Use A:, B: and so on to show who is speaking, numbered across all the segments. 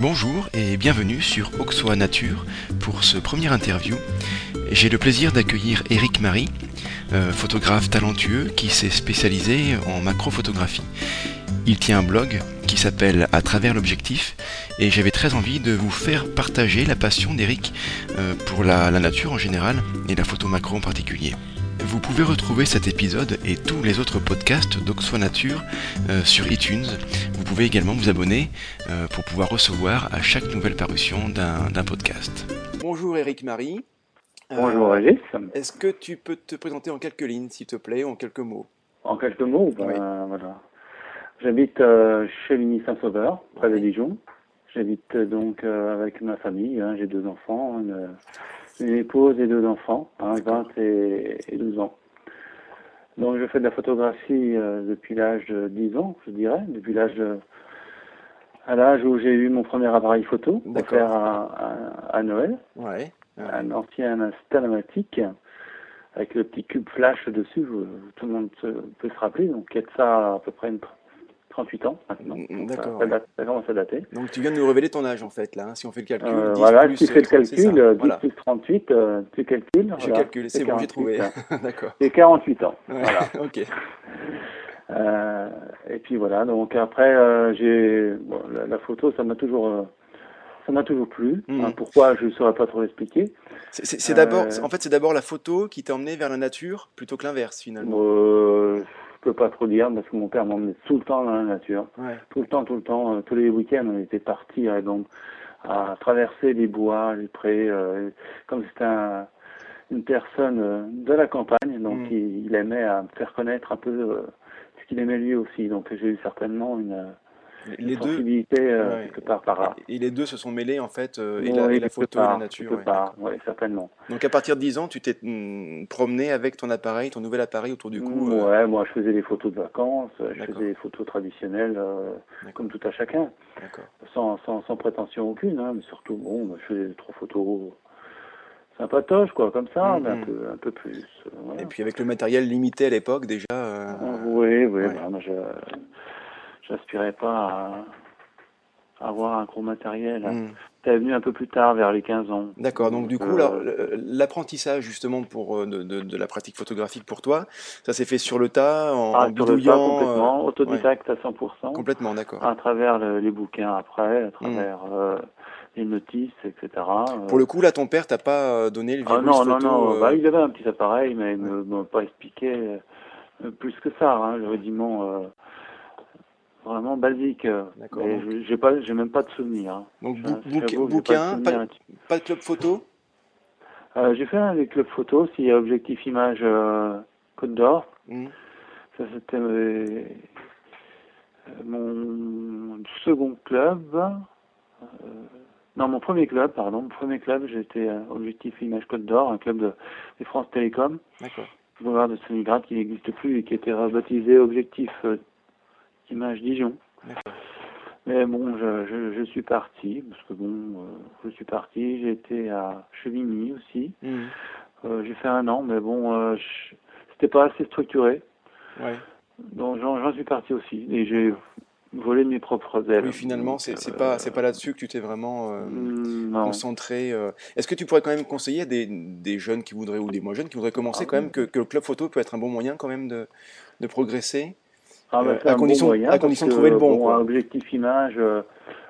A: Bonjour et bienvenue sur Auxois Nature pour ce premier interview. J'ai le plaisir d'accueillir Eric Marie, euh, photographe talentueux qui s'est spécialisé en macrophotographie. Il tient un blog qui s'appelle À travers l'objectif et j'avais très envie de vous faire partager la passion d'Eric euh, pour la, la nature en général et la photo macro en particulier. Vous pouvez retrouver cet épisode et tous les autres podcasts d'Oxfam Nature euh, sur iTunes. Vous pouvez également vous abonner euh, pour pouvoir recevoir à chaque nouvelle parution d'un d'un podcast. Bonjour Eric Marie. Euh,
B: Bonjour Régis.
A: Est-ce que tu peux te présenter en quelques lignes, s'il te plaît, ou en quelques mots
B: En quelques mots, ben,
A: Oui.
B: voilà. J'habite euh, chez Ligny Saint-Sauveur, près de
A: Oui.
B: Dijon. J'habite euh, donc euh, avec ma famille. hein, J'ai deux enfants, une, une épouse et deux enfants, hein, 20 et, et 12 ans. Donc je fais de la photographie euh, depuis l'âge de 10 ans, je dirais, depuis l'âge de- à l'âge où j'ai eu mon premier appareil photo,
A: D'accord.
B: offert à, à, à Noël
A: Ouais. ouais.
B: un ancien Stalmatic avec le petit cube flash dessus, vous- tout le monde se- peut se rappeler, donc il y a de ça à peu près une tr- 38 ans maintenant.
A: Mm,
B: Donc, ça-
A: d'accord,
B: Ça,
A: ouais.
B: date- ça commence à dater.
A: Donc tu viens de nous révéler ton âge en fait là. hein, Si on fait le calcul,
B: Euh,
A: 10
B: voilà,
A: plus,
B: tu fais le
A: euh, c'est ça,
B: calcul, euh, 10
A: voilà.
B: plus 38, euh, tu calcules.
A: Je
B: voilà,
A: calcule, c'est bon, j'ai
B: 48,
A: trouvé.
B: hein.
A: D'accord.
B: C'est 48 ans.
A: Ouais,
B: Voilà.
A: ok.
B: Euh, et puis voilà, donc après, euh, j'ai bon, la, la photo, ça m'a toujours, euh, ça m'a toujours plu.
A: Mhm.
B: Hein, pourquoi, je ne saurais pas trop l'expliquer.
A: C'est- C'est c'est d'abord,
B: Euh,
A: c'est- en fait, c'est d'abord la photo qui t'a emmené vers la nature plutôt que l'inverse finalement.
B: Euh, je peux pas trop dire parce que mon père m'emmenait tout le temps dans la nature,
A: Ouais.
B: tout le temps, tout le temps, euh, tous les week-ends on était partis à, donc, à traverser les bois, les prés, euh, comme c'était un- une personne euh, de la campagne, donc
A: Mm.
B: il, il aimait à me faire connaître un peu euh, ce qu'il aimait lui aussi, donc j'ai eu certainement une, euh,
A: Les-
B: une
A: Les deux,
B: sensibilité euh,
A: ouais.
B: quelque part par là.
A: Et les deux se sont mêlés en fait, euh, et,
B: Oui,
A: la, et la
B: quelque
A: photo et
B: part,
A: la nature.
B: quelque
A: ouais,
B: part,
A: d'accord.
B: ouais, certainement.
A: Donc à partir de 10 ans, tu t'es mm, promené avec ton appareil, ton nouvel appareil autour du cou. euh,
B: ouais, moi je faisais des photos de vacances, euh, je
A: D'accord.
B: faisais des photos traditionnelles, euh,
A: D'accord.
B: comme tout à chacun,
A: D'accord.
B: sans, sans, sans prétention aucune, hein, mais surtout, bon, je faisais trois photos sympatoches, quoi, comme ça,
A: Mhm.
B: mais un peu, un peu plus. euh, voilà.
A: Et
B: Ah,
A: bah, puis avec le matériel limité à l'époque déjà. euh,
B: Oui, oui,
A: ouais.
B: bah, moi je j'aspirais pas à avoir un gros matériel.
A: mm.
B: T'es venu un peu plus tard, vers les 15 ans.
A: D'accord. Donc du coup,
B: Euh,
A: là, le- l'apprentissage justement pour euh, de, de- de la pratique photographique pour toi, ça s'est fait sur le tas, en,
B: ah,
A: en
B: sur le tas,
A: bidouillant, euh,
B: complètement, autodidacte à 100%.
A: complètement, d'accord.
B: à travers le- les bouquins après, à travers
A: Mm.
B: euh, les notices, etc. Euh,
A: Pour le coup, là, ton père t'a pas euh, donné le
B: ah
A: virus
B: non, non,
A: photo.
B: non,
A: euh,
B: bah, il avait un petit appareil, mais il ne m'a pas expliqué euh, plus que ça, hein, le rudiment euh, vraiment basique. euh,
A: D'accord.
B: mais je- j'ai pas, j'ai même pas de souvenir. hein.
A: Donc
B: Je-
A: bou-
B: je
A: bouquin-
B: t'avoue que j'ai pas de
A: bouquin,
B: souvenir
A: pas,
B: là-dessus.
A: pas de club photo.
B: Euh, j'ai fait un des clubs photos, si Objectif Image euh, Côte d'Or,
A: Mm.
B: ça c'était euh, euh, mon second club. Euh, non, mon premier club, pardon. Mon premier club, j'étais euh, Objectif Image Côte d'Or, un club de, des France Télécom,
A: D'accord.
B: boulevard de Stalingrad, qui n'existe plus et qui était rebaptisé Objectif euh, Image Dijon.
A: D'accord.
B: Mais bon, je, je, je suis parti, parce que bon, euh, je suis parti, j'ai été à Chevigny aussi.
A: Mm.
B: Euh, j'ai fait un an, mais bon, euh, je- c'était pas assez structuré.
A: Ouais.
B: Donc j'en j'en suis parti aussi et j'ai volé de mes propres ailes.
A: Oui, finalement,
B: Donc,
A: c'est c'est
B: euh,
A: pas, c'est pas là-dessus que tu t'es vraiment euh,
B: mm, non.
A: concentré. euh. Est-ce que tu pourrais quand même conseiller à des, des jeunes qui voudraient, ou des moins jeunes qui voudraient commencer
B: Ah,
A: quand même,
B: oui.
A: que, que le club photo peut être un bon moyen quand même de, de progresser
B: Ah, bah,
A: euh,
B: c'est
A: à
B: un bon
A: condition-
B: moyen
A: à
B: parce
A: condition de
B: que,
A: trouver le bon, quoi.
B: un objectif image, euh,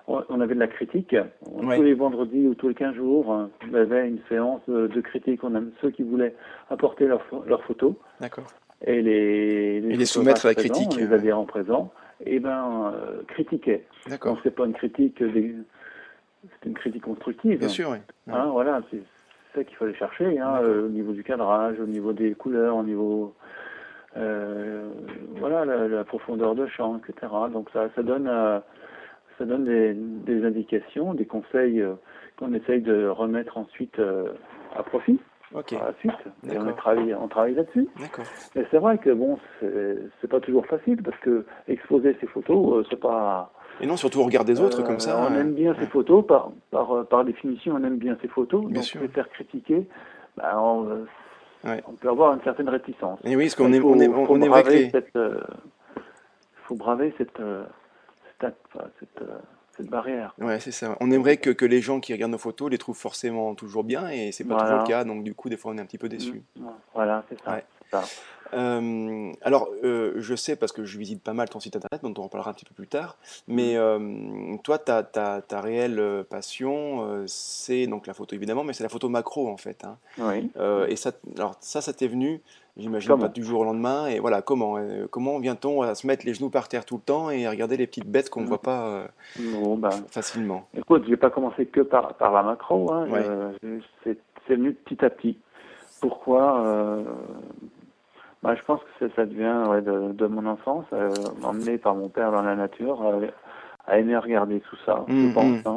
B: on on avait de la critique. On-
A: Ouais.
B: Tous les vendredis ou tous les 15 jours, euh, on avait une séance euh, de critique. On a ceux qui voulaient apporter leurs pho- leurs photos
A: D'accord.
B: et les,
A: Et les soumettre à la
B: photographes
A: critique,
B: présents,
A: euh.
B: les adhérents présents, et ben euh, critiquaient.
A: D'accord.
B: Donc c'est pas une critique, euh, des- c'est une critique constructive.
A: Bien sûr, oui. Ouais.
B: Hein, voilà, c'est ça qu'il fallait chercher, hein,
A: D'accord.
B: euh, au niveau du cadrage, au niveau des couleurs, au niveau euh, voilà la, la profondeur de champ, etc. Donc ça, ça donne euh, ça donne des, des indications, des conseils euh, qu'on essaye de remettre ensuite euh, à profit
A: Ok.
B: par la suite. Et on
A: D'accord.
B: travaille on travaille là-dessus.
A: D'accord.
B: Mais c'est vrai que bon, c'est c'est pas toujours facile parce que exposer ces photos, euh, c'est pas
A: Et non, surtout au regard des autres comme
B: euh,
A: ça.
B: On
A: euh,
B: aime bien ces photos, par, par, euh, par définition, on aime bien ces photos.
A: Bien
B: donc,
A: sûr.
B: les faire critiquer, bah, on, euh,
A: Ouais.
B: on peut avoir une certaine réticence.
A: Et oui, parce qu'on
B: Il
A: aime,
B: faut-
A: on aime- on
B: faut
A: aimerait que
B: braver
A: les-
B: cette, euh, faut braver cette, euh, cette, enfin, cette, euh, cette cette barrière.
C: Ouais, c'est ça. On aimerait que, que les gens qui regardent nos photos les trouvent forcément toujours bien et c'est pas
B: Voilà. Mm.
C: toujours le cas. Donc, du coup, des fois, on est un petit peu déçus.
B: Voilà, c'est ça.
C: Ouais.
B: c'est ça.
C: Euh, alors, euh, je sais parce que je visite pas mal ton site internet, dont on reparlera un petit peu plus tard, mais
B: Mm.
C: euh, toi, ta, ta, ta réelle euh, passion, euh, c'est donc la photo évidemment, mais c'est la photo macro en fait. hein.
B: Oui.
C: Euh, et ça, alors ça, ça t'est venu, j'imagine,
B: Mm. Comment
C: pas du jour au lendemain. Et voilà, comment, euh, comment vient-on à se mettre les genoux par terre tout le temps et à regarder les petites bêtes qu'on ne
B: Mhm.
C: voit pas euh,
B: Bon, ben,
C: facilement
B: Écoute, j'ai pas commencé que par, par la macro. Hein.
C: Ouais.
B: Je- c'est, c'est venu petit à petit. Pourquoi euh, bah, Je pense que c'est- ça devient ouais, de, de mon enfance, euh, emmené par mon père dans la nature, euh, à aimer regarder tout ça,
C: Mm,
B: je pense.
C: mm.
B: hein.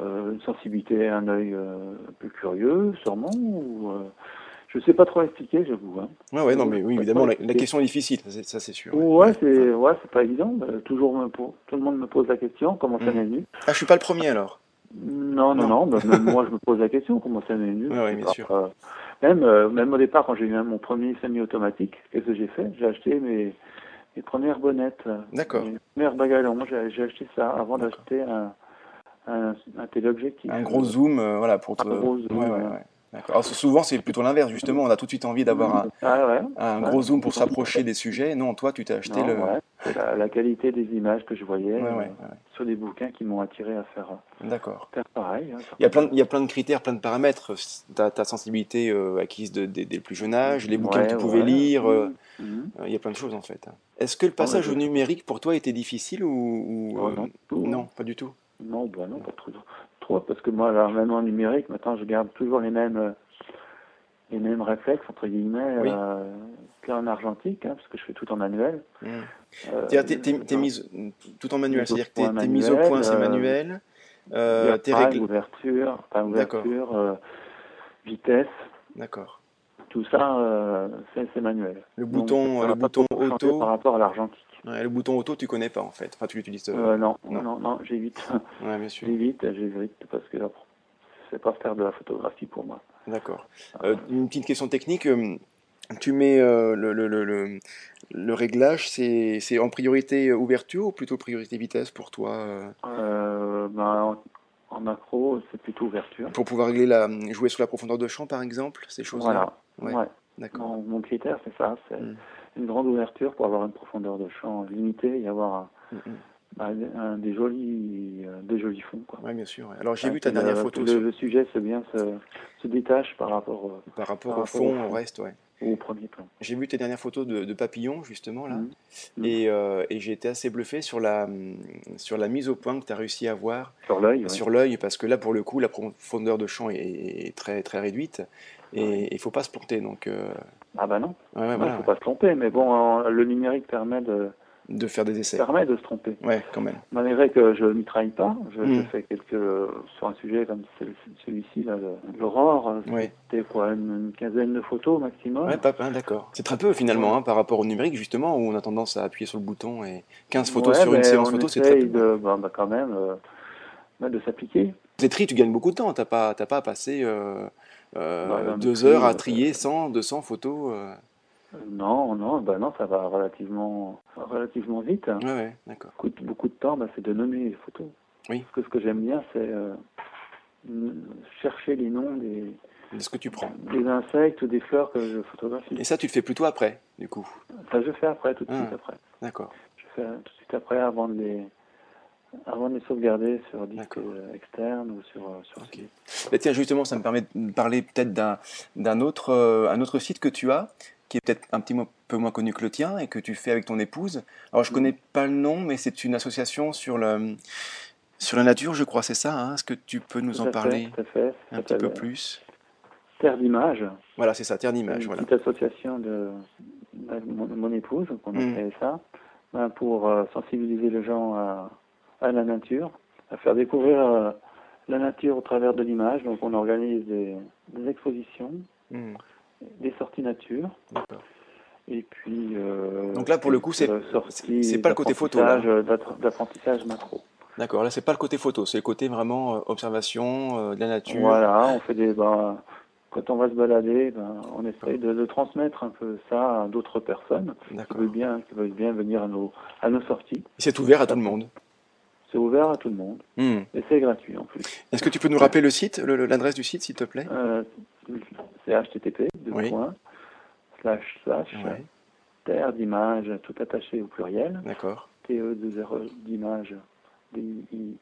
B: Euh, une sensibilité, un œil euh, plus curieux, sûrement. Ou, euh, je sais pas trop expliquer, j'avoue. Hein.
C: Ouais, ouais, non, mais oui, évidemment, la, la
B: Ouais.
C: question est difficile, ça, c'est- ça c'est sûr.
B: Ouais, c'est, ouais, c'est pas évident. Euh, toujours me po- tout le monde me pose la question, comment ça
C: Mm.
B: m'est venu
C: Ah, je suis pas le premier alors.
B: Non, non,
C: Non.
B: non. bah, même moi, je me pose la question, comment ça m'est venu
C: Ouais, ouais,
B: je sais
C: bien
B: pas.
C: sûr.
B: Euh, même, euh, même au départ, quand j'ai eu mon premier semi-automatique, qu'est-ce que j'ai fait J'ai acheté mes, mes premières bonnettes, là,
C: D'accord.
B: mes premières bagalons. J'ai j'ai acheté ça avant
C: D'accord.
B: d'acheter un, un, un téléobjectif.
C: Un gros zoom, euh, voilà, pour te.
B: Un gros zoom,
C: Ouais, ouais,
B: voilà.
C: ouais. D'accord. Alors, souvent, c'est plutôt l'inverse, justement. On a tout de suite envie d'avoir un,
B: Ah ouais,
C: un
B: Ouais.
C: gros zoom pour s'approcher des sujets. Non, toi, tu t'es acheté
B: Non,
C: le.
B: ouais, c'est la, la qualité des images que je voyais
C: Ouais, ouais,
B: euh,
C: ouais,
B: sur des bouquins qui m'ont attiré à faire,
C: D'accord.
B: faire pareil. hein.
C: Il y, a plein de, il y a plein de critères, plein de paramètres. Ta, ta sensibilité euh, acquise de- dès- dès le plus jeune âge, les bouquins
B: Ouais,
C: que tu pouvais
B: ouais.
C: lire, euh,
B: Mhm.
C: euh, il y a plein de choses en fait. Est-ce que le passage
B: ouais,
C: au numérique pour toi était difficile ou, ou,
B: Oh,
C: euh,
B: non, tout,
C: non, pas du tout.
B: Non, bah non, pas trop. Trop, parce que moi, alors, même en numérique, maintenant, je garde toujours les mêmes, euh, les mêmes réflexes, entre guillemets,
C: Oui.
B: euh, qu'en argentique, hein, parce que je fais tout en manuel.
C: Mm.
B: Euh,
C: C'est-à-dire, t'es- t'es- t'es
B: euh,
C: mise tout en manuel,
B: Mise au
C: c'est-à-dire que t'es-
B: point
C: t'es mise au
B: manuel,
C: point, c'est
B: euh,
C: manuel. Euh, t'es
B: time,
C: réglé-
B: ouverture, time,
C: D'accord.
B: ouverture, euh, vitesse,
C: D'accord.
B: tout ça, euh, c'est c'est manuel.
C: Le
B: Donc,
C: bouton,
B: ça
C: le
B: va pas
C: bouton
B: trop changer
C: auto,
B: Par rapport à l'argentique.
C: ouais, le bouton auto, tu connais pas en fait. Enfin, tu l'utilises. euh,
B: Euh, non,
C: non.
B: non, non, j'évite.
C: ouais, bien sûr.
B: j'évite, j'évite, parce que c'est pas faire de la photographie pour moi.
C: D'accord. Euh, une petite question technique. euh, Tu mets euh, le, le, le, le, le réglage, c'est c'est en priorité euh, ouverture ou plutôt priorité vitesse pour toi euh,
B: Euh, ben, en, en macro, c'est plutôt ouverture.
C: Pour pouvoir régler la, jouer sur la profondeur de champ, par exemple, ces choses-là
B: Voilà.
C: Ouais.
B: Ouais.
C: D'accord.
B: Mon, mon critère, c'est ça. C'est
C: Mm.
B: une grande ouverture pour avoir une profondeur de champ limitée et avoir un-
C: Mm, mm.
B: bah, un- des, jolis, euh, des jolis fonds. Quoi.
C: Ouais, bien sûr. ouais. Alors, j'ai
B: Ouais,
C: vu ta
B: que
C: dernière
B: le,
C: photo
B: que Le, le sujet se, bien, se, se détache par rapport euh,
C: sur- par rapport
B: par
C: au
B: rapport au
C: fond, au
B: fond.
C: reste, ouais.
B: au premier plan.
C: J'ai vu tes dernières photos de, de papillons, justement, là.
B: Mhm.
C: Et, euh, et j'ai été assez bluffé sur la, mm, sur la mise au point que tu as réussi à avoir
B: Sur l'œil, ouais.
C: sur l'œil, parce que là, pour le coup, la profondeur de champ est, est très, très réduite et il faut pas se planter. Donc, euh,
B: ah bah non,
C: ouais, ouais,
B: il
C: voilà,
B: faut pas se tromper, mais bon, euh, le numérique permet de,
C: ouais. de faire des essais.
B: permet de se tromper.
C: Ouais, quand même.
B: Malgré que je ne mitraille pas, je, je
C: Mm.
B: fais quelques, sur un sujet comme cel- celui-ci, là, le- l'aurore, euh,
C: Ouais,
B: c'était quoi, une, une quinzaine de photos maximum.
C: ouais pape, hein, d'accord. C'est très peu finalement hein, par rapport au numérique, justement, où on a tendance à appuyer sur le bouton et 15 photos
B: Ouais,
C: sur une
B: mais
C: séance
B: on
C: photo, c'est très
B: essaye
C: peu.
B: de, bah, bah, quand même euh, bah, de s'appliquer.
C: T'es tri, tu gagnes beaucoup de temps. T'as pas, t'as pas à passer euh, euh,
B: Bah, dans le
C: deux
B: tri,
C: heures à
B: euh,
C: trier 100, 200 photos. euh.
B: Euh, Non, non, bah non, ça va relativement, relativement vite. hein.
C: Ouais, ouais, d'accord.
B: Coûte beaucoup de temps, bah, c'est de nommer les photos.
C: Oui.
B: Parce que ce que j'aime bien, c'est euh, n- chercher les noms des,
C: De ce que tu prends.
B: des insectes ou des fleurs que je photographie.
C: Et ça, tu le fais plutôt après, du coup.
B: Ça, je fais après, tout de
C: Ah.
B: suite après.
C: D'accord.
B: Je fais tout de suite après, avant de les, avant de les sauvegarder sur disque
C: D'accord.
B: euh, externe ou sur, euh, sur
C: Ok. Bah, tiens, justement, ça me permet de parler peut-être d'un, d'un autre, euh, un autre site que tu as, qui est peut-être un petit mo- peu moins connu que le tien et que tu fais avec ton épouse. Alors, je
B: Mhm.
C: connais pas le nom, mais c'est une association sur, le, sur la nature, je crois, c'est ça. hein Est-ce que tu peux nous
B: Tout
C: en
B: à fait,
C: parler
B: tout à fait.
C: un
B: Ça
C: petit peu
B: s'appelle,
C: plus
B: euh, Terre d'image.
C: Voilà, c'est ça, Terre d'Image.
B: une
C: Bah, Voilà.
B: petite association de, de mon, mon épouse, qu'on a
C: Mm.
B: créé ça, ben, pour euh, sensibiliser les gens à, à la nature, à faire découvrir euh, la nature au travers de l'image. Donc on organise des, des expositions, Mm.
C: Mhm.
B: des sorties nature.
C: D'accord.
B: Et puis. euh,
C: Donc là, pour le coup, c'est-
B: euh, sorties
C: c'est- c'est pas le côté photo, là.
B: d'apprentissage, euh, d'appre- D'apprentissage macro.
C: D'accord, là, c'est pas le côté photo, c'est le côté vraiment euh, observation euh, de la nature.
B: Voilà, on fait des. ben, quand on va se balader, ben, on essaye de, de transmettre un peu ça à d'autres personnes. qui
C: D'accord.
B: veulent bien, qui veulent bien venir à nos, à nos sorties.
C: C'est ouvert à tout le monde.
B: C'est ouvert à tout le monde
C: Hmm.
B: et c'est gratuit en plus.
C: Est-ce que tu peux nous rappeler le site, le- le- l'adresse du site, s'il te plaît
B: Euh, c'est http deux
C: Oui.
B: points, slash slash
C: Ouais,
B: terre d'image tout attaché au pluriel
C: D'accord,
B: te 2 r d'image d i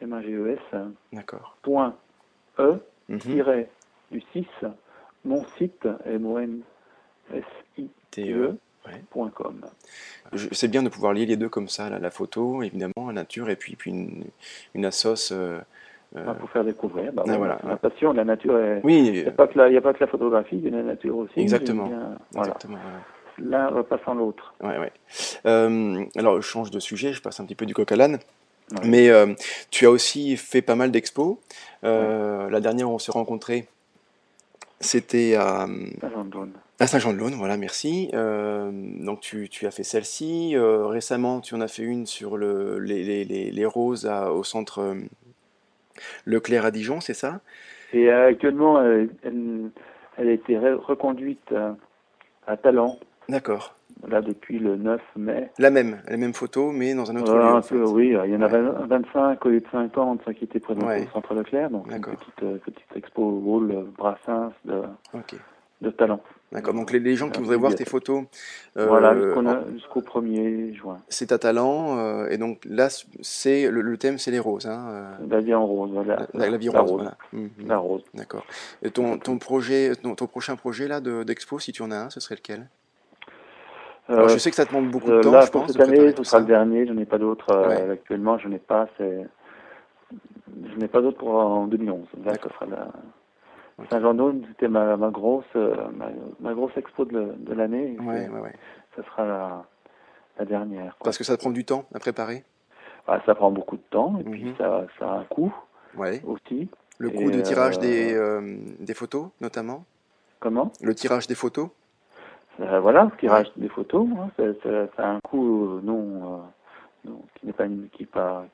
B: m a g e s
C: d'accord.
B: point e
C: Mhm.
B: tiret du 6 mon site m o n s i
C: T'es, euh,
B: e
C: ouais. Euh.
B: point com.
C: je- C'est bien de pouvoir lier les deux comme ça, là, la photo, évidemment, la nature, et puis, puis une, une assoce. euh, euh,
B: Enfin, pour faire découvrir. Bah,
C: Ah,
B: ouais,
C: voilà,
B: c'est
C: ouais.
B: la passion, la nature est.
C: oui, euh,
B: Il n'y a, pas que la- y a pas que la photographie, il y a la nature aussi.
C: Exactement.
B: J'aime bien- Voilà.
C: exactement. voilà.
B: L'un repassant l'autre.
C: Ouais, ouais. Euh, alors, je change de sujet, je passe un petit peu du coq à l'âne.
B: Ouais.
C: Mais euh, tu as aussi fait pas mal d'expos. Euh, La dernière où on s'est rencontrés, c'était à, hum,
B: Ça, j'en donne.
C: à Saint-Jean-de-Laune, voilà, merci. Euh, donc tu, tu as fait celle-ci. Euh, récemment, tu en as fait une sur le, les, les, les, les roses à- au centre euh, Leclerc à Dijon, c'est ça?
B: Et euh, actuellement, euh, elle, elle a été re- reconduite euh, à Talent,
C: D'accord.
B: là, depuis le 9 mai.
C: La même, la même photo, mais dans un autre
B: Voilà,
C: lieu,
B: un
C: en fait.
B: peu, oui, euh, il y en a
C: Ouais.
B: 20 25 au lieu de 50 ça, qui étaient présentés
C: Ouais.
B: au Centre Leclerc, donc une
C: D'accord.
B: petite, euh, petite expo au hall euh, Brassens de,
C: Ok.
B: de Talent.
C: D'accord. Donc les, les gens qui
B: Merci,
C: voudraient voir tes
B: Gaël.
C: photos,
B: voilà,
C: euh,
B: jusqu'au neuf- jusqu'au 1er juin.
C: c'est à talent. euh, et donc là, c'est le, le thème, c'est les roses. Hein, euh,
B: La vie en rose, voilà.
C: la, la, la vie
B: La
C: rose.
B: rose.
C: voilà. Mhm.
B: La rose.
C: D'accord. Et ton, ton projet, ton, ton prochain projet là de- d'expo, si tu en as un, ce serait lequel Alors,
B: Euh,
C: Je sais que ça te demande beaucoup de
B: Euh,
C: temps,
B: là,
C: je
B: pour
C: pense.
B: cette
C: de préparer
B: année,
C: tout
B: ce sera
C: ça.
B: le dernier. Je n'ai pas d'autres. euh,
C: Ouais.
B: Actuellement, je n'ai pas. C'est... Je n'ai pas d'autres pour en 2011. Là, ce
C: D'accord.
B: sera la...
C: Ok.
B: Saint-Jean-d'Aune, c'était ma, ma grosse, euh, ma, ma grosse expo de, le- de l'année. Et
C: Ouais,
B: c'est-
C: ouais, ouais.
B: Ça sera la, la dernière. quoi.
C: Parce que ça te prend du temps à préparer.
B: Voilà, ça prend beaucoup de temps et puis
C: Mhm.
B: ça, ça a un coût
C: Ouais.
B: aussi.
C: Le
B: Et,
C: coût de tirage
B: euh,
C: des, euh, des photos, notamment.
B: Comment
C: Le tirage des photos.
B: Euh, Voilà, ce qui rajoute des photos, hein, ça, ça- ça a un coût euh, non, euh, non- qui n'est pas, qui n'est pas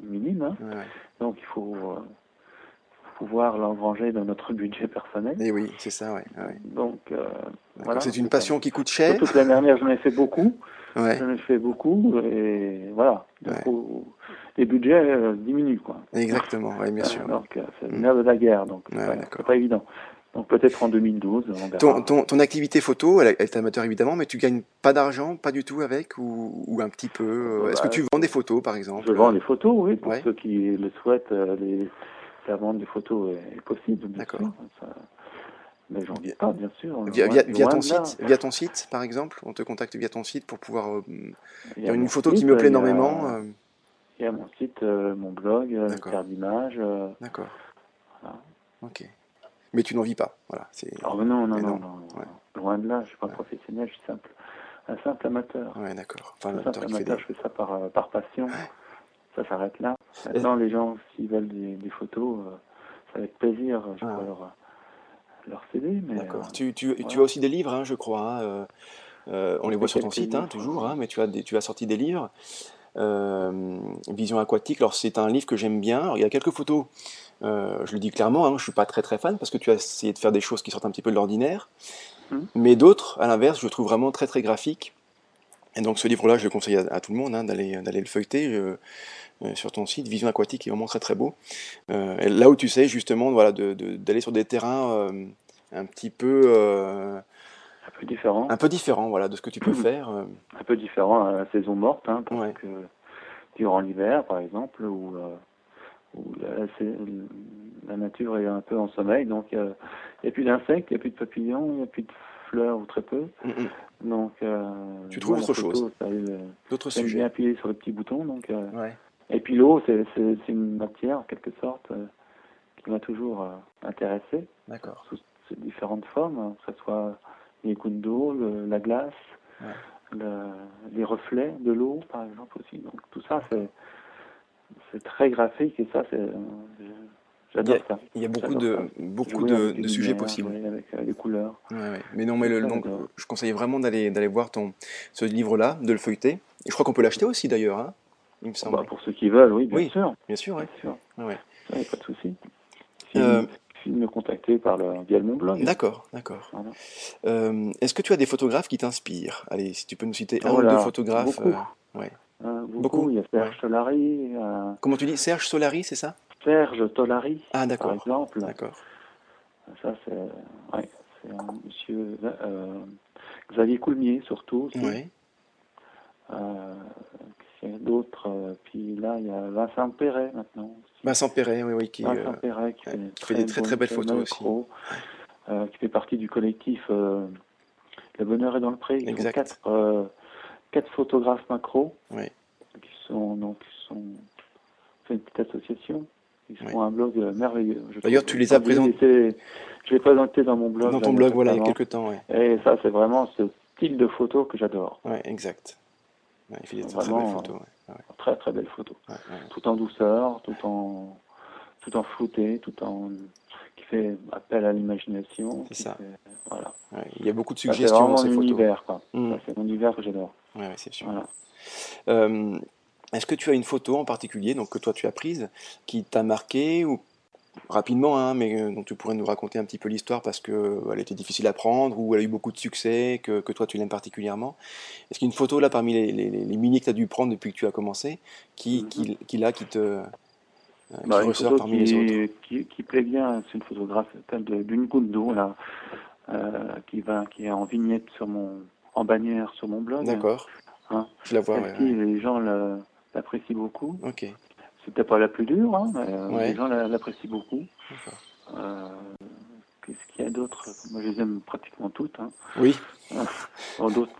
B: minime. hein.
C: Ouais, ouais.
B: Donc il faut euh, pouvoir l'engranger dans notre budget personnel.
C: Et oui, c'est ça, ouais. ouais, ouais.
B: Donc euh,
C: D'accord.
B: voilà.
C: c'est une passion qui coûte
B: Euh,
C: cher.
B: Toute l'année dernière, j'en ai fait beaucoup.
C: Ouais.
B: J'en ai fait beaucoup et voilà. Du
C: Ouais.
B: coup, les budgets euh, diminuent quoi.
C: Exactement, ouais, bien
B: Euh,
C: sûr.
B: Donc euh, c'est le
C: Mm.
B: nerf de la guerre, donc c'est
C: Ouais,
B: pas-
C: d'accord.
B: c'est pas évident. Donc peut-être en 2012, on verra.
C: Ton, ton, ton activité photo, elle elle est amateur évidemment, mais tu gagnes pas d'argent, pas du tout avec, ou, ou un petit peu. euh, Est-ce que
B: Bah,
C: tu vends des photos par exemple
B: Je vends les photos, oui, pour
C: Ouais.
B: ceux qui le souhaitent. euh, les... La vente des photos est- est possible, bien
C: D'accord.
B: sûr. Ça- Mais j'en dis
C: Via-
B: pas, bien sûr.
C: Via,
B: Loin-
C: via- via
B: loin
C: ton
B: de là.
C: site, via ton site par exemple, on te contacte via ton site pour pouvoir euh,
B: Il y
C: faire
B: a
C: une
B: mon
C: photo qui
B: site,
C: me
B: il y a-
C: plaît énormément. euh,
B: Il y a mon site, euh, mon blog, euh,
C: D'accord.
B: carte d'image. euh,
C: D'accord.
B: Voilà.
C: Ok. Mais tu n'en vis pas, voilà. C'est
B: alors oh, non, non,
C: Mais
B: non,
C: non,
B: non, non.
C: ouais.
B: Loin de là, je suis pas
C: Ouais.
B: professionnel, je suis simple, un simple amateur.
C: ouais, d'accord. Enfin,
B: Un simple
C: l'auteur qui fait des-
B: amateur, je fais ça par, euh, par passion. Ça s'arrête là. Maintenant, les gens, s'ils veulent des, des photos, euh, c'est avec plaisir, euh, je
C: Ah.
B: pourrais leur, leur céder. Mais,
C: D'accord.
B: euh,
C: Tu, tu, tu
B: voilà.
C: as aussi des livres, hein, je crois. hein, euh, euh, on les voit sur ton site, hein, toujours, hein, mais tu as, des- tu as sorti des livres. Euh, Vision aquatique, alors c'est un livre que j'aime bien. Alors, il y a quelques photos, euh, je le dis clairement, hein, je ne suis pas très très fan parce que tu as essayé de faire des choses qui sortent un petit peu de l'ordinaire.
B: Mhm.
C: Mais d'autres, à l'inverse, je le trouve vraiment très très graphique. Et donc ce livre-là, je le conseille à, à tout le monde hein, d'aller d'aller le feuilleter euh, euh, sur ton site. Vision aquatique est vraiment très très beau. Euh, et là où tu sais justement voilà, de- de- d'aller sur des terrains euh, un petit peu, euh,
B: un peu différent.
C: un peu différents voilà, de ce que tu peux
B: Mhm.
C: faire. euh,
B: un peu différent à la saison morte, hein, parce
C: Ouais.
B: que durant l'hiver, par exemple, où, euh, où la, la sais- la nature est un peu en sommeil, donc euh, il n'y a plus d'insectes, il n'y a plus de papillons, il n'y a plus de fleurs ou très peu.
C: mm, mm.
B: Donc, euh,
C: Tu trouves
B: moi, la
C: autre
B: photo,
C: chose.
B: ça, euh,
C: D'autres
B: J'aime
C: sujets.
B: bien appuyer sur les petits boutons. Donc, euh,
C: Ouais.
B: et puis l'eau, c'est c'est- c'est une matière, en quelque sorte, euh, qui m'a toujours euh, intéressé,
C: D'accord.
B: sous ces différentes formes, hein, que ce soit les gouttes d'eau, le- la glace,
C: Ouais.
B: le- les reflets de l'eau, par exemple, aussi. Donc tout ça, c'est c'est très graphique et ça, c'est euh, je- j'adore
C: Yeah.
B: ça.
C: Il y a beaucoup
B: J'adore
C: de,
B: ça.
C: beaucoup
B: Jouer
C: de,
B: avec les
C: de sujets
B: lumières,
C: possibles.
B: jouer Avec euh, les couleurs.
C: Ouais, ouais. Mais non, mais le,
B: Ça,
C: donc,
B: j'adore.
C: euh, je conseille vraiment d'aller d'aller voir ton, ce livre-là, de le feuilleter. Et je crois qu'on peut l'acheter aussi d'ailleurs, hein, il me semble.
B: Bah, pour ceux qui veulent, oui, bien
C: Oui.
B: sûr.
C: Bien sûr, ouais.
B: Bien sûr.
C: Ouais, ouais.
B: Ça, y a pas de souci. Si,
C: Euh,
B: si me contacter par le, via mon blog.
C: D'accord, d'accord.
B: Voilà.
C: Euh, Est-ce que tu as des photographes qui t'inspirent Allez, si tu peux nous citer un
B: Ah, Voilà,
C: ou deux photographes.
B: beaucoup.
C: euh, ouais.
B: Hein, beaucoup. beaucoup.
C: Beaucoup,
B: Il y a Serge
C: ouais.
B: Solari, euh,
C: Comment tu dis Serge Solari, c'est ça
B: Serge Tolari,
C: Ah,
B: par
C: d'accord.
B: exemple.
C: D'accord.
B: Ça, c'est ouais, c'est un monsieur euh, Xavier Coulmier, surtout. aussi.
C: Ouais.
B: Euh, il y a d'autres. euh, puis là, il y a Vincent Perret maintenant. aussi.
C: Vincent Perret, oui, oui, qui.
B: Vincent
C: euh,
B: Ah, Perret qui
C: ouais,
B: fait,
C: qui
B: une
C: fait des très, très
B: bonne
C: belles photos
B: photo,
C: aussi.
B: macro, euh, qui fait partie du collectif euh, Le Bonheur est dans le Pré. Ils
C: Exact.
B: ont quatre, euh, quatre photographes macro
C: Ouais.
B: qui sont donc qui sont c'est une petite association. Ils
C: Ouais.
B: font un blog euh, merveilleux. je
C: D'ailleurs,
B: trouve.
C: tu les as
B: Enfin, je les ai- Je l'ai présenté dans mon blog.
C: dans
B: là,
C: ton blog, voilà, il y a
B: notamment.
C: quelques temps, ouais.
B: Et ça, c'est vraiment ce style de photo que j'adore.
C: Ouais, exact. Ouais, il fait des très, très
B: Vraiment,
C: belles photos. Ouais. Ouais,
B: Très très belle photo.
C: ouais, ouais.
B: Tout en douceur, tout en tout en flouté, tout en qui fait appel à l'imagination.
C: C'est
B: qui
C: ça.
B: fait- Voilà.
C: Ouais, Il y a beaucoup de
B: Ça, C'est
C: suggestions
B: vraiment
C: dans ces
B: mon
C: photos.
B: univers, quoi.
C: Mm.
B: Ça, C'est mon univers que j'adore.
C: Ouais, ouais, c'est sûr.
B: Voilà.
C: Euh, Est-ce que tu as une photo en particulier, donc que toi tu as prise, qui t'a marqué ou rapidement, hein, mais euh, dont tu pourrais nous raconter un petit peu l'histoire parce que euh, elle était difficile à prendre ou elle a eu beaucoup de succès, que, que toi tu l'aimes particulièrement. Est-ce qu'il y a une photo là parmi les, les, les- les milliers que tu as dû prendre depuis que tu as commencé, qui,
B: Mhm.
C: qui, qui là qui te euh, qui
B: Bah, une
C: ressort
B: photo
C: parmi
B: qui,
C: les autres
B: Qui, qui plaît bien, c'est une photographe celle de- d'une goutte d'eau là, euh, qui va, qui est en vignette sur mon, en bannière sur mon blog.
C: D'accord.
B: Hein.
C: Je la vois.
B: Celle-ci,
C: ouais, ouais.
B: Les gens la- l'apprécient beaucoup.
C: Ok.
B: C'était pas la plus dure, hein, mais euh,
C: Ouais.
B: les gens la- l'apprécient beaucoup.
C: D'accord.
B: Euh, Qu'est-ce qu'il y a d'autre Moi, je les aime pratiquement toutes. Hein.
C: Oui.
B: Bon, d'autres,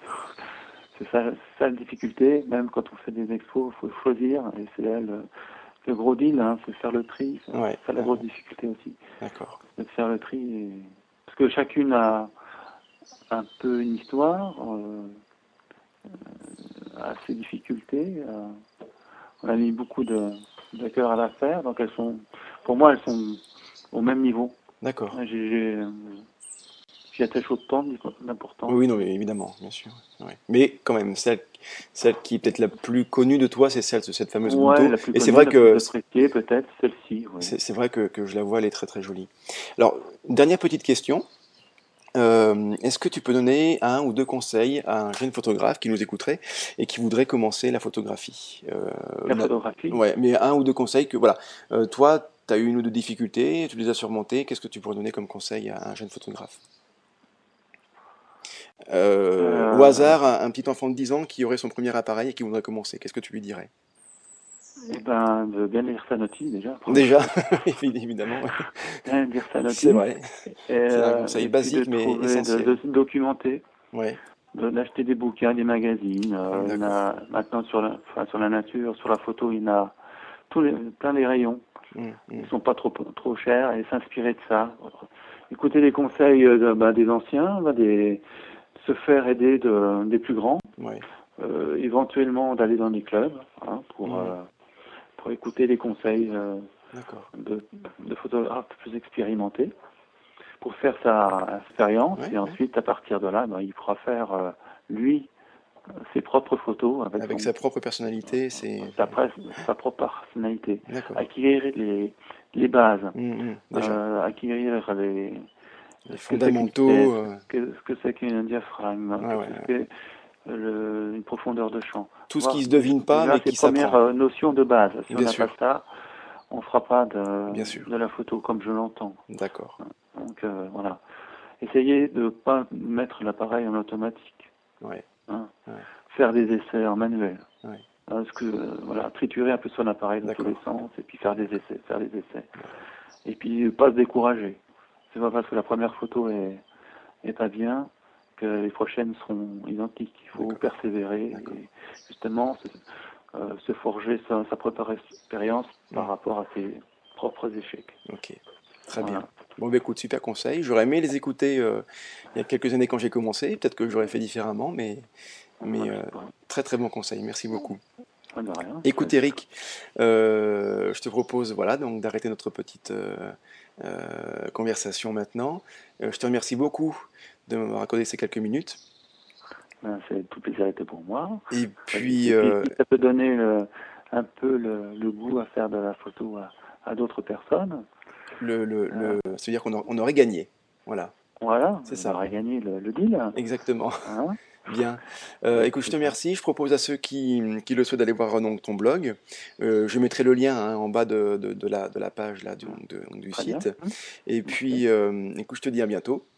B: c'est ça, c'est ça la difficulté. Même quand on fait des expos, il faut choisir. Et c'est là le, le gros deal, hein, c'est faire le tri. C'est
C: Ouais.
B: ça la
C: ouais,
B: grosse difficulté aussi.
C: D'accord.
B: de faire le tri. et- Parce que chacune a un peu une histoire, euh, euh, a ses difficultés. euh, on a mis beaucoup de, de cœur à la faire, donc elles sont, pour moi, elles sont au même niveau.
C: D'accord.
B: J'ai- J'ai euh, j'y attache autant d'impo- d'importance.
C: Oui, oui, non, mais évidemment, bien sûr. ouais. Mais quand même, celle, celle qui est peut-être la plus connue de toi, c'est celle de cette fameuse
B: Ouais,
C: Gunto.
B: la plus
C: Et c'est
B: connue,
C: vrai
B: la
C: que
B: plus appréciée, peut-être celle-ci. ouais.
C: c'est c'est vrai que, que je la vois, elle est très très jolie. Alors, dernière petite question. Euh, Est-ce que tu peux donner un ou deux conseils à un jeune photographe qui nous écouterait et qui voudrait commencer la photographie Euh,
B: La
C: na-
B: photographie.
C: Ouais, mais un ou deux conseils que, voilà, Euh, toi, tu as eu une ou deux difficultés, tu les as surmontées, qu'est-ce que tu pourrais donner comme conseil à un jeune photographe Euh, Au
B: Euh.
C: hasard, un, un petit enfant de 10 ans qui aurait son premier appareil et qui voudrait commencer, qu'est-ce que tu lui dirais
B: Eh ben, de bien lire sa notice déjà.
C: Déjà, évidemment, ouais,
B: Bien lire sa notice.
C: c'est vrai.
B: Et,
C: C'est un
B: euh,
C: conseil
B: et puis
C: basique,
B: de
C: mais
B: trouver- de-
C: essentiel.
B: de se documenter.
C: Ouais,
B: de- d'acheter des bouquins, des magazines.
C: Ah,
B: euh, il y en a maintenant sur la, enfin, sur la nature, sur la photo, il y en a tous les, plein les rayons.
C: mm, mm.
B: Ils sont pas trop trop chers et s'inspirer de ça. Écouter les conseils euh, de- bah, des anciens, bah, des se faire aider de, des plus grands,
C: ouais,
B: euh, éventuellement d'aller dans des clubs hein, pour
C: Mhm.
B: euh, pour écouter les conseils euh,
C: d'accord.
B: de, de photographes plus expérimentés pour faire sa expérience
C: Ouais,
B: et ensuite à partir de là ben, il pourra faire euh, lui ses propres photos avec,
C: Avec
B: son-
C: sa propre personnalité, c'est...
B: sa, presse- sa propre personnalité
C: D'accord.
B: acquérir les, les bases
C: Mm, mm, déjà,
B: euh, acquérir les
C: les
B: ce que c'est qu'une
C: fondamentaux,
B: pièce,
C: euh,
B: que- ce que c'est qu'une diaphragme
C: Ouais, ouais,
B: ce que c'est, euh, le- une profondeur de champ
C: tout ce
B: voir.
C: qui se devine pas,
B: Déjà,
C: mais
B: ces
C: qui
B: premières
C: s'apprend.
B: euh, notions de base si on
C: Bien
B: n'a
C: sûr.
B: pas ça on fera pas de,
C: Bien sûr.
B: de la photo comme je l'entends
C: D'accord,
B: Donc euh, voilà. Essayez de ne pas mettre l'appareil en automatique.
C: ouais,
B: hein.
C: Ouais.
B: Faire des essais en manuel.
C: Ouais.
B: Hein, ce que, euh, voilà, triturer un peu son appareil dans tous
C: D'accord.
B: les sens et puis faire des essais, faire des essais. Et puis euh, pas se décourager. C'est pas parce que la première photo est, est pas bien que les prochaines seront identiques. Il faut
C: D'accord.
B: persévérer
C: D'accord.
B: et justement se, euh, se forger sa, sa propre expérience par
C: Ouais.
B: rapport à ses propres échecs.
C: ok. Très bien.
B: Voilà.
C: Bon, bah, écoute, super conseil. J'aurais aimé les écouter euh, il y a quelques années quand j'ai commencé. Peut-être que j'aurais fait différemment, mais Mais, euh, très très bon conseil. Merci beaucoup.
B: Pas de rien.
C: Écoute, Eric, euh, je te propose voilà donc d'arrêter notre petite euh, euh, conversation maintenant. Euh, je te remercie beaucoup de m'avoir accordé ces quelques minutes.
B: Ben, c'est tout plaisir était pour moi.
C: Et puis,
B: Et
C: euh,
B: si ça peut donner le- un peu le, le goût à faire de la photo à, à d'autres personnes.
C: le, le, le- c'est-à-dire qu'on a- on aurait gagné. Voilà,
B: Voilà,
C: C'est
B: on
C: ça.
B: aura gagné le, le deal.
C: exactement.
B: hein.
C: Bien. Euh, écoute, je te remercie. Je propose à ceux qui, qui le souhaitent d'aller voir euh, donc, ton blog. Euh, je mettrai le lien hein, en bas de, de- de la, de la page là, du, de- donc, du
B: Très
C: site.
B: bien.
C: Et puis, euh, écoute, je te dis à bientôt.